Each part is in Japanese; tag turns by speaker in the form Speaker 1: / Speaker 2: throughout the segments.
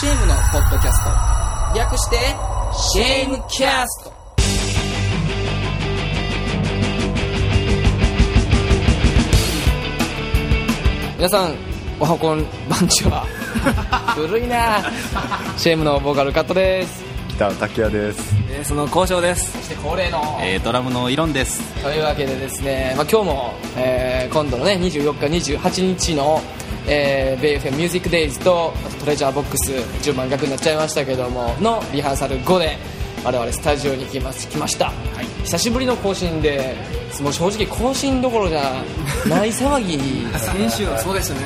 Speaker 1: シェームのポッドキャスト略してシェームキャスト皆さんおはこんばんちは古いなシェームのボーカルカットです
Speaker 2: 北滝也です
Speaker 3: えーその交渉です、
Speaker 1: そして恒例の、
Speaker 3: えードラムのイロンです
Speaker 1: というわけでですね、まあ、今日も、えー今度のね24日28日の、えー、ベイ FM ミュージックデイズとあとトレジャーボックス順番逆になっちゃいましたけどものリハーサル後で我々スタジオに来ます来ました、久しぶりの更新でもう正直更新どころじゃない騒ぎ
Speaker 3: 先週はそうでしたね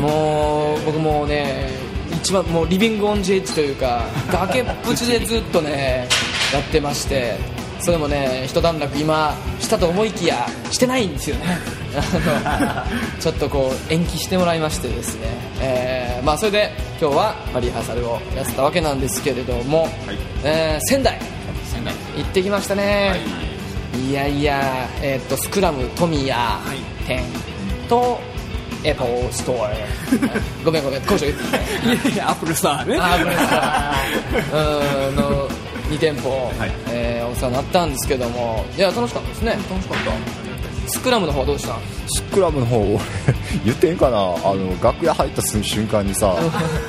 Speaker 1: もう僕もうね一番もうリビングオン GH というか崖っぷちでずっとねやってましてそれもね一段落今したと思いきやしてないんですよね あのちょっとこう延期してもらいましてですね、えーまあ、それで今日はまあリハーサルをやってたわけなんですけれども、えー仙台
Speaker 3: 仙台
Speaker 1: 行ってきましたね、いやいや、えー、とスクラム富谷店と、エポーストアごめんごめん工場言っていいね
Speaker 3: いやいやアップルスターね
Speaker 1: あーごめんなさいうーんの2店舗、
Speaker 2: い
Speaker 1: えーお世話になったんですけどもいや楽しかったですね楽しかったスクラムの方はどうでした
Speaker 2: シックラムの方俺 言っていいんかなあの楽屋入った瞬間にさ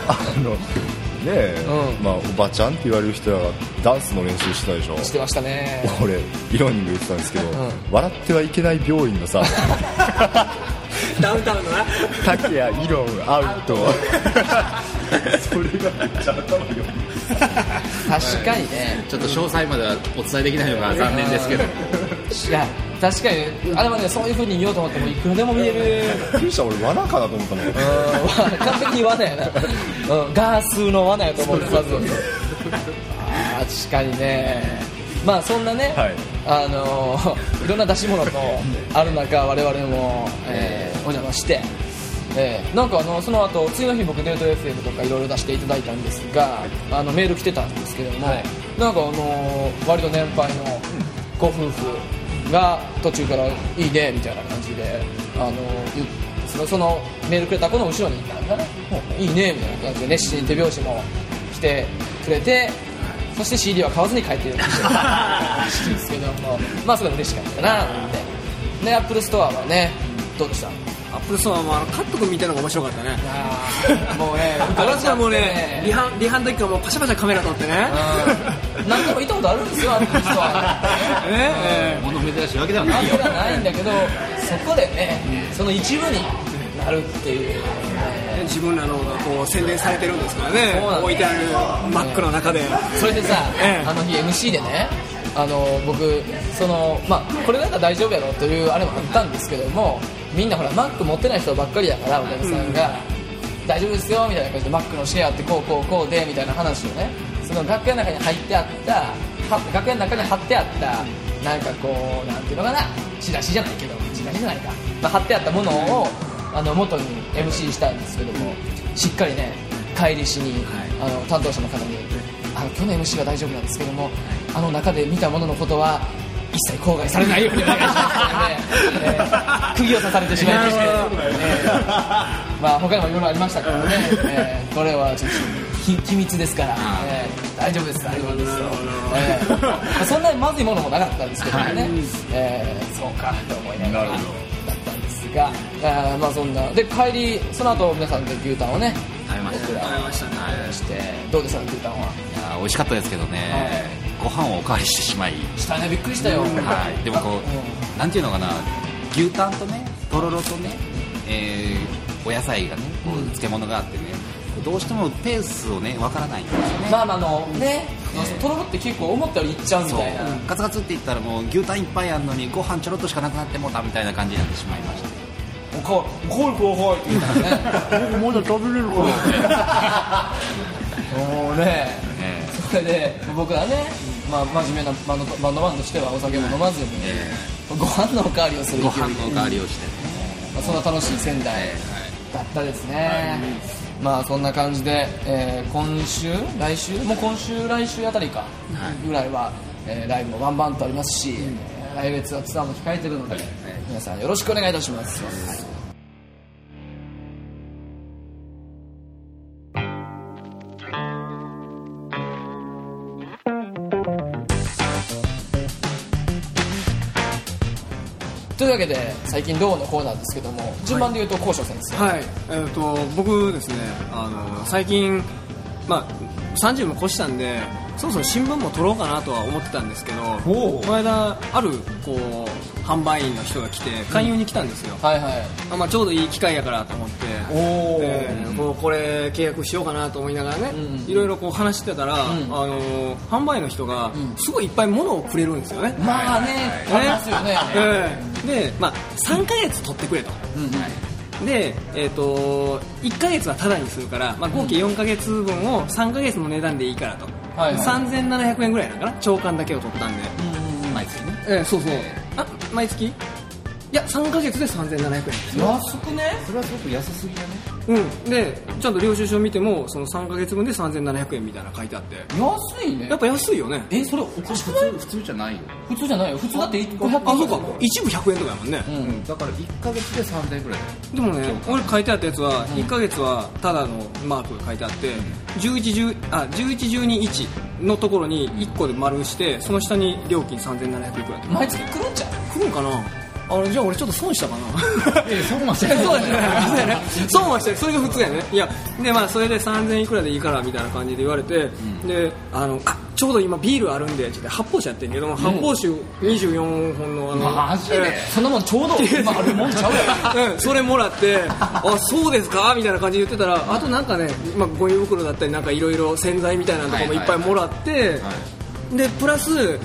Speaker 2: あのねえ、
Speaker 1: うん
Speaker 2: まあ、おばちゃんって言われる人らがダンスの練習してたでしょ
Speaker 1: してましたね
Speaker 2: 俺イロニング言ってたんですけど、
Speaker 1: ん
Speaker 2: 笑ってはいけない病院のさ
Speaker 3: ダウンタウンのな
Speaker 2: 竹谷イロンアウ トそれがめっちゃ頭よ
Speaker 1: 確かにね
Speaker 4: ちょっと詳細まではお伝えできないのが残念ですけど、
Speaker 1: いや確かにねあれはねそういうふうに言おうと思ってもいくらでも見える
Speaker 2: びっくりした俺罠かなと思ったもん
Speaker 1: うん完璧に罠やな、うん、ガースの罠やと思ってまずあー確かにねまあそんなね、
Speaker 2: はい
Speaker 1: あの ーいろんな出し物とある中我々も、えーお邪魔して、えーなんかあのその後次の日僕デート FM とかいろいろ出していただいたんですがあのメール来てたんですけども、なんかあのー割と年配のご夫婦が途中から「いいね」みたいな感じで、あのー言ってそのそのメールくれた子の後ろにいたんだねいいねみたいな感じで熱心に手拍子もしてくれてそして CD は買わずに帰ってるらしいんですけどもまあそれも嬉しかったなと思ってでアップルストアはねどうでした
Speaker 3: アップルストアもあのカット君みたいなのが面白かったね
Speaker 1: もうね
Speaker 3: 私はもうねリハリハの時からもうパシャパシャカメラ撮ってね
Speaker 1: うん何でもいたことあるんですよアップルストア
Speaker 3: ねえ
Speaker 4: 物珍しいわけではな
Speaker 1: わ
Speaker 4: い
Speaker 1: け
Speaker 4: よ
Speaker 1: で。はないんだけどそこでねその一部になるっていう
Speaker 3: ー自分らのがこう宣伝されてるんですから
Speaker 1: そう
Speaker 3: ね
Speaker 1: なんです
Speaker 3: 置いてある真っ暗の中で
Speaker 1: それでさ、
Speaker 3: ええ
Speaker 1: あの日 MC でねあの僕その、まあ、これなんか大丈夫やろというあれもあったんですけどもみんなほら Mac 持ってない人ばっかりだからお客さんが、大丈夫ですよみたいな感じで Mac のシェアってこうこうこうでみたいな話をねその楽屋の中に入ってあったは楽屋の中に貼ってあったなんかこうなんていうのかなチラシじゃないけどチラシじゃないか、まあ、貼ってあったものをあの元に MC したんですけどもしっかりね帰りしに、あの担当者の方にあの去年 MC は大丈夫なんですけども、あの中で見たもののことは一切口外されないようにお願いしますので、えー釘を刺されてしまいまして、えーまあ他にもいろいろありましたからね、えーこれはちょっとき機密ですから、えー大丈夫です大丈夫ですよ、えーまあそんなにまずいものもなかったんですけどもね、えーそうかと思いながら
Speaker 2: なるほ
Speaker 1: だったんですが、えーまあそんなで帰りその後皆さんで牛タンをね
Speaker 4: 食べました。
Speaker 1: 僕
Speaker 4: い
Speaker 1: ら
Speaker 3: 会いましたね
Speaker 1: してどうでした牛タンは
Speaker 4: や美味しかったですけどね。ご飯をおかわりしてしまい、
Speaker 1: したねびっくりしたよ、
Speaker 4: はい。でもこうなんていうのかな、牛タンとね、とろろとね、えーお野菜がね、こう漬物があってね、どうしてもペースをねわからないんですよね。
Speaker 1: まあまああのね、とろろって結構思ったよりいっちゃうみ
Speaker 4: そう
Speaker 1: たいな
Speaker 4: ガツガツって言ったらもう牛タンいっぱいあるのにご飯ちょろっとしかなくなってもうたみたいな感じになってしまいました
Speaker 1: 「おかわりおかわりおかわり」っ て言ったらね
Speaker 2: まだ食べれるか
Speaker 1: もうね
Speaker 4: え
Speaker 1: それで僕はね、まあ、真面目なバンドバンドマンとしてはお酒も飲まずに、ご飯のおかわりをする
Speaker 4: ご
Speaker 1: 勢い
Speaker 4: 飯のおかわりをしてね
Speaker 1: まあそんな楽しい仙台だったですね、まあそんな感じで、えー今週来週もう今週来週あたりかぐらいは、えーライブもバンバンとありますし、えー来月はツアーも控えてるので、皆さんよろしくお願いいたします、
Speaker 5: 「
Speaker 1: というわけで最近「どう?」のコーナーですけども順番で言うと高翔先生
Speaker 3: はい、えっと僕ですねあの最近、まあ、30も越したんでそろそろ新聞も取ろうかなとは思ってたんですけど
Speaker 1: お
Speaker 3: こ
Speaker 1: う
Speaker 3: の間あるこう販売員の人が来て勧誘に来たんですよ、
Speaker 1: はいはい
Speaker 3: あまあ、ちょうどいい機会やからと思って
Speaker 1: お
Speaker 3: でこうこれ契約しようかなと思いながらね、
Speaker 1: うん
Speaker 3: いろいろこう話してたら、
Speaker 1: ん
Speaker 3: あの販売員の人が
Speaker 1: うん
Speaker 3: すごいいっぱい物をくれるんですよね、
Speaker 1: まあねありますよね
Speaker 3: ええで、まあ、3ヶ月取ってくれと。で、えっと1ヶ月はタダにするから、まあ、合計4ヶ月分を3ヶ月の値段でいいからと、
Speaker 1: はいはい
Speaker 3: 3700円ぐらいなのかな長官だけを取ったんで、
Speaker 4: 毎月ね
Speaker 3: ええそうそうあ毎月いや3ヶ月で3700円です
Speaker 1: 安くね
Speaker 4: それはすごく安すぎだね
Speaker 3: うんでちゃんと領収書見てもその3ヶ月分で3700円みたいなの書いてあって
Speaker 1: 安いね
Speaker 3: やっぱ安いよね
Speaker 1: えそれおかしく
Speaker 4: 普
Speaker 1: ない
Speaker 4: 通普通じゃないよ、
Speaker 1: 普通じゃないよ普通だって500円
Speaker 3: あそうか一部100円とかやもんね
Speaker 1: う
Speaker 4: うんん、だから1ヶ月で3000円ぐらいだよ
Speaker 3: でもね俺書いてあったやつは1ヶ月はただのマークが書いてあって1110あ1112のところに1個で丸してその下に料金3700いくらって
Speaker 1: 毎月来るんちゃう
Speaker 3: 来るんかなあれじゃあ俺ちょっと損したか な
Speaker 4: えそうなん
Speaker 3: そうだね そうだね損はしてるそれが普通やねいやでまあそれで3000いくらでいいからみたいな感じで言われて、であのあちょうど今ビールあるんでちょっと発泡酒やってんけども発泡酒24本のあの、
Speaker 4: マジで
Speaker 3: えー
Speaker 1: そんなもんちょうど今あるもんちゃうやろ
Speaker 3: うん、それもらって、あそうですかみたいな感じで言ってたら、あとなんかね、まあ、ゴミ袋だったり、なんかいろいろ洗剤みたいなのとかもいっぱいもらって、でプラス、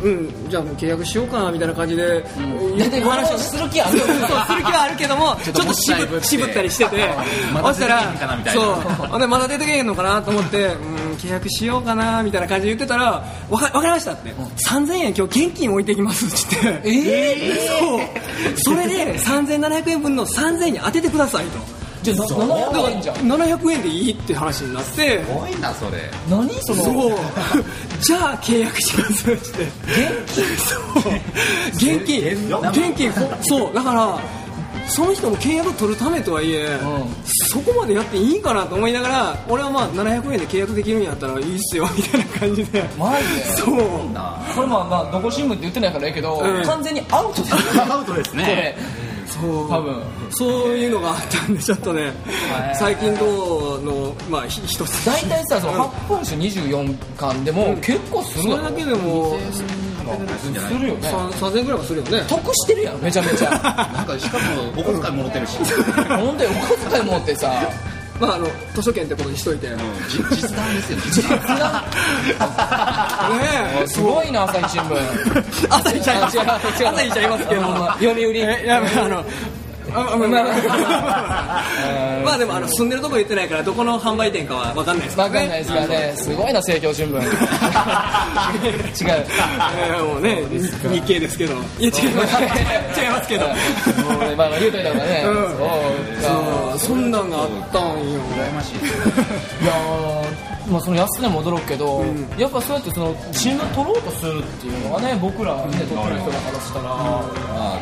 Speaker 3: うん、じゃあもう契約しようかなみたいな感じで、うん
Speaker 1: 大体
Speaker 3: 話
Speaker 1: 話
Speaker 3: を
Speaker 1: をする気あ
Speaker 3: そ
Speaker 1: る
Speaker 3: う
Speaker 1: よ
Speaker 3: そうする気はあるけども、ちょっと
Speaker 4: もったいぶっ
Speaker 3: 渋
Speaker 4: て、
Speaker 3: 渋ったりしてて
Speaker 4: ま
Speaker 3: そ
Speaker 4: だ出て
Speaker 3: したら
Speaker 4: けへんかなみ、たい
Speaker 3: そ
Speaker 4: な
Speaker 3: う、ほんでまだ出てけへんのかなと思って、うん、契約しようかなみたいな感じで言ってたら、わかわかりましたって、3000円、今日現金置いてきますって言って、
Speaker 1: ええ
Speaker 3: そうそれで3700円分の3000円に当ててくださいと
Speaker 1: じゃあ700円じゃん
Speaker 3: 700円でいいって話になって
Speaker 4: すごいなそれ
Speaker 1: 何その
Speaker 3: そう じゃあ契約しますって現金そう現金現金そうだからその人も契約取るためとはいえ、
Speaker 1: ん
Speaker 3: そこまでやっていいんかなと思いながら俺はまあ700円で契約できるんやったらいいっすよみたいな感じで
Speaker 1: マジで
Speaker 3: そう
Speaker 1: これまあまあどこ新聞って言ってないからええけど、
Speaker 3: うん
Speaker 1: 完全にアウトです よ
Speaker 4: アウトですね
Speaker 1: これ
Speaker 3: そう
Speaker 1: 多分
Speaker 3: そういうのがあったんでちょっとね
Speaker 1: はい
Speaker 3: 最近どうのまあひ一つ
Speaker 1: 大体さその
Speaker 3: うん
Speaker 1: 発泡酒24巻でも結構す
Speaker 3: そ
Speaker 1: る
Speaker 3: れ
Speaker 1: わ
Speaker 3: だけでも
Speaker 4: すんじゃない
Speaker 1: するよね
Speaker 3: さん3000円ぐらいはするよね
Speaker 1: 得してるやんめちゃめち ゃ
Speaker 4: なんかしかもお小遣いもろてる し
Speaker 1: ほんでお小遣い持って さ
Speaker 3: まああの図書券ってことにしといてね
Speaker 4: じ実弾ですよ実弾
Speaker 3: え
Speaker 1: すごいな朝日新聞
Speaker 3: 朝日ちゃいま
Speaker 1: 違
Speaker 3: す
Speaker 1: う違う
Speaker 3: 朝日ちゃいますけど
Speaker 1: あのまあ読売
Speaker 3: えやばいあのあまあまあまあ
Speaker 1: えー
Speaker 3: まあでもあの住んでるとこ言ってないからどこの販売店かは分かんないです
Speaker 1: わ
Speaker 3: ら
Speaker 1: かんないですからねすごいな政教新 聞違う
Speaker 3: えーもうね日系ですけどいや違います違いますけど
Speaker 1: もうまあまあ言うといたからね、
Speaker 3: うん
Speaker 1: そうか
Speaker 3: そうそんなんがあったんよ
Speaker 4: 羨ましい
Speaker 1: いやー、まあ、その安値も驚くけど、やっぱそうやってその新聞取ろうとするっていうのがね僕らね取ってる人だからしたら、
Speaker 4: まあ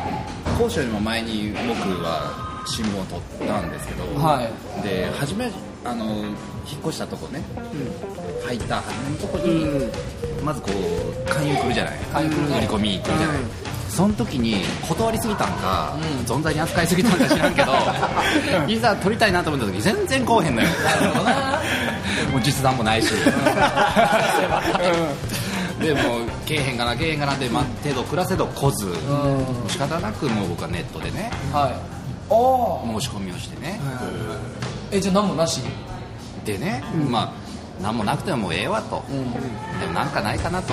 Speaker 4: 講師よりも前に僕は新聞を取ったんですけど、
Speaker 1: は
Speaker 4: で初めあの引っ越したとこね、入った初めのとこ
Speaker 3: う
Speaker 4: に、
Speaker 3: ん
Speaker 4: まずこう勧誘来るじゃない
Speaker 1: 勧誘来るね
Speaker 4: 乗り込み来るじゃない、
Speaker 3: うん
Speaker 4: その時に断りすぎたんか、
Speaker 1: うん
Speaker 4: 存在に扱いすぎたんか知らんけ どいざ取りたいなと思った時全然こうへんのよ
Speaker 1: るほど な
Speaker 4: もう実弾もない しでもうけえへんかなけえへんかなで待ってど暮らせど来ず、
Speaker 1: うん
Speaker 4: もう仕方なくもう僕はネットでね
Speaker 1: はいああ
Speaker 4: 申し込みをしてね、
Speaker 1: えじゃあ何もなし
Speaker 4: でね、まあ何もなくてももうええわと、
Speaker 1: うんうん
Speaker 4: でもなんかないかなと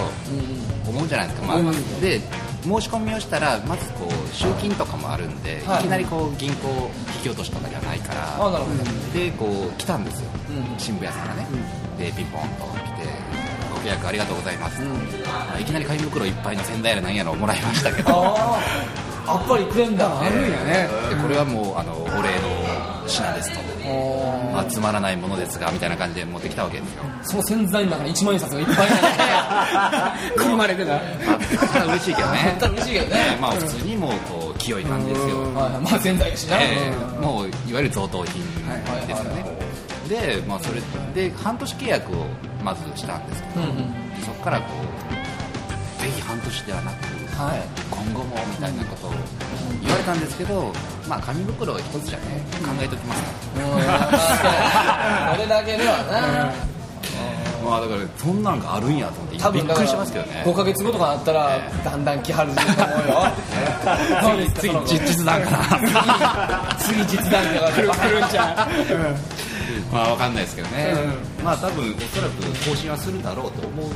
Speaker 4: 思うじゃないですか、まあ
Speaker 3: 思います
Speaker 4: で申し込みをしたらまずこう集金とかもあるんで、
Speaker 1: はい
Speaker 4: い、きなりこう銀行引き落としとかではないか
Speaker 1: ああな
Speaker 4: ら
Speaker 1: るほど、
Speaker 4: でこう来たんですよ、
Speaker 1: うん
Speaker 4: 新聞屋さんがね、でピンポンと来て「ご契約ありがとうございます」まあいきなり紙袋いっぱいの洗剤やらなんやらをもらいましたけど
Speaker 1: ああやっぱりくれんだ
Speaker 3: あるんやね
Speaker 4: でこれはもうあのお礼の品ですと、
Speaker 1: お
Speaker 4: まあ、つまらないものですがみたいな感じで持ってきたわけですよ
Speaker 1: その洗剤の中に一万円札がいっぱいあ る
Speaker 3: くるま れてた
Speaker 4: まあそれは嬉しいけど
Speaker 1: あっ
Speaker 4: ね
Speaker 1: たら嬉しいけどね
Speaker 4: ええまあ普通にもうこう清い感じですよ、
Speaker 1: はいまあ洗剤やしな、
Speaker 4: ええもういわゆる贈答品ですよね、
Speaker 1: はい
Speaker 4: で、まあ、それで半年契約をまずしたんですけ
Speaker 1: う
Speaker 4: ど、
Speaker 1: んうん
Speaker 4: そこからこうぜひ半年ではなく
Speaker 1: はい
Speaker 4: 今後もみたいなことを言われたんですけど、まあ、紙袋一つじゃね考えときますか
Speaker 1: うんそれだけではな、
Speaker 4: まあだからそんなんがあるんやと思って今びっ
Speaker 1: だ
Speaker 4: く
Speaker 1: か
Speaker 4: り
Speaker 1: ら
Speaker 4: しますけどね
Speaker 1: 5ヶ月後とかになったら、
Speaker 4: ええ
Speaker 1: だんだん来はると 思うよそう です
Speaker 4: 次
Speaker 1: その
Speaker 4: 次実弾かな
Speaker 1: 次実弾 だから
Speaker 3: くるんちゃう、うん
Speaker 4: まあわかんないですけどね、 まあ多分おそらく更新はするだろうと思う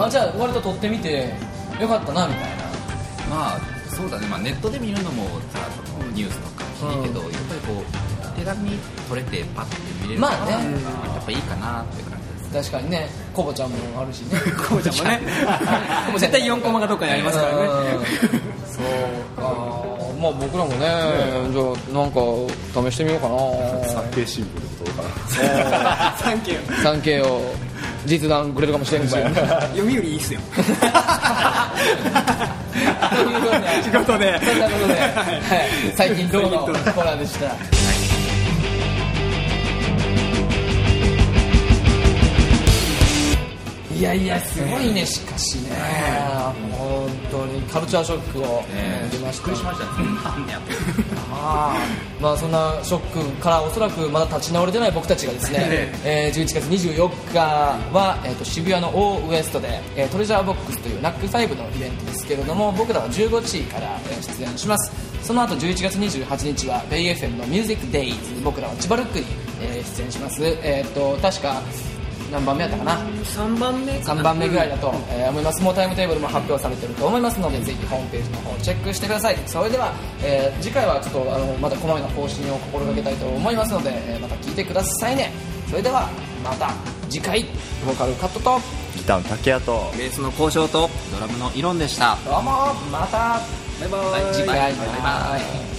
Speaker 1: あじゃあ割と撮ってみてよかったなみたいな
Speaker 4: まあそうだね、まあ、ネットで見るのもさそのニュースとかいいけど、やっぱりこう手紙取れてパッて見れるから、
Speaker 1: まあね
Speaker 4: やっぱいいかなって感じです
Speaker 1: 確かにねコボちゃんもあるし ね
Speaker 3: こうちゃんもねもう絶対4コマがどっかにありますからね
Speaker 1: うんそうかまあ僕らもねじゃあなんか試してみようか
Speaker 2: 産経新聞でどうかな
Speaker 3: サンキュー
Speaker 1: な 3K を実弾くれるかもしれんし
Speaker 3: 読みよりいいっすよ
Speaker 1: ということで
Speaker 3: 仕事で
Speaker 1: そんなことで、
Speaker 3: はい
Speaker 1: はい、最近どうのコーナーでしたいやいやすごいねしかしね本当にカルチャーショックを
Speaker 4: ね
Speaker 1: 受けま
Speaker 4: びっ
Speaker 1: し
Speaker 4: く
Speaker 1: た
Speaker 4: りしましたねあんねやって
Speaker 1: あーまあそんなショックからおそらくまだ立ち直れてない僕たちがですね、えー11月24日は、えー、と渋谷のオーウエストで、えートレジャーボックスというナックファイブのイベントですけれども僕らは15時からえー出演しますその後11月28日はベイ FM の「ミュージックデイズ僕らは千葉ルックに、えー出演しますえっ、と確か何番目やったかな
Speaker 3: 3番目
Speaker 1: 3番目ぐらいだと、えー思いますもうタイムテーブルも発表されてると思いますのでぜひホームページの方チェックしてくださいそれでは、えー次回はちょっとあのまたこまめな更新を心がけたいと思いますので、えーまた聞いてくださいねそれではまた次回ボーカルカットと
Speaker 2: ギターの竹谷と
Speaker 3: ベースの交渉と
Speaker 4: ドラムのイロンでした
Speaker 1: どうもまた
Speaker 3: バイバ
Speaker 1: 次回バイバイ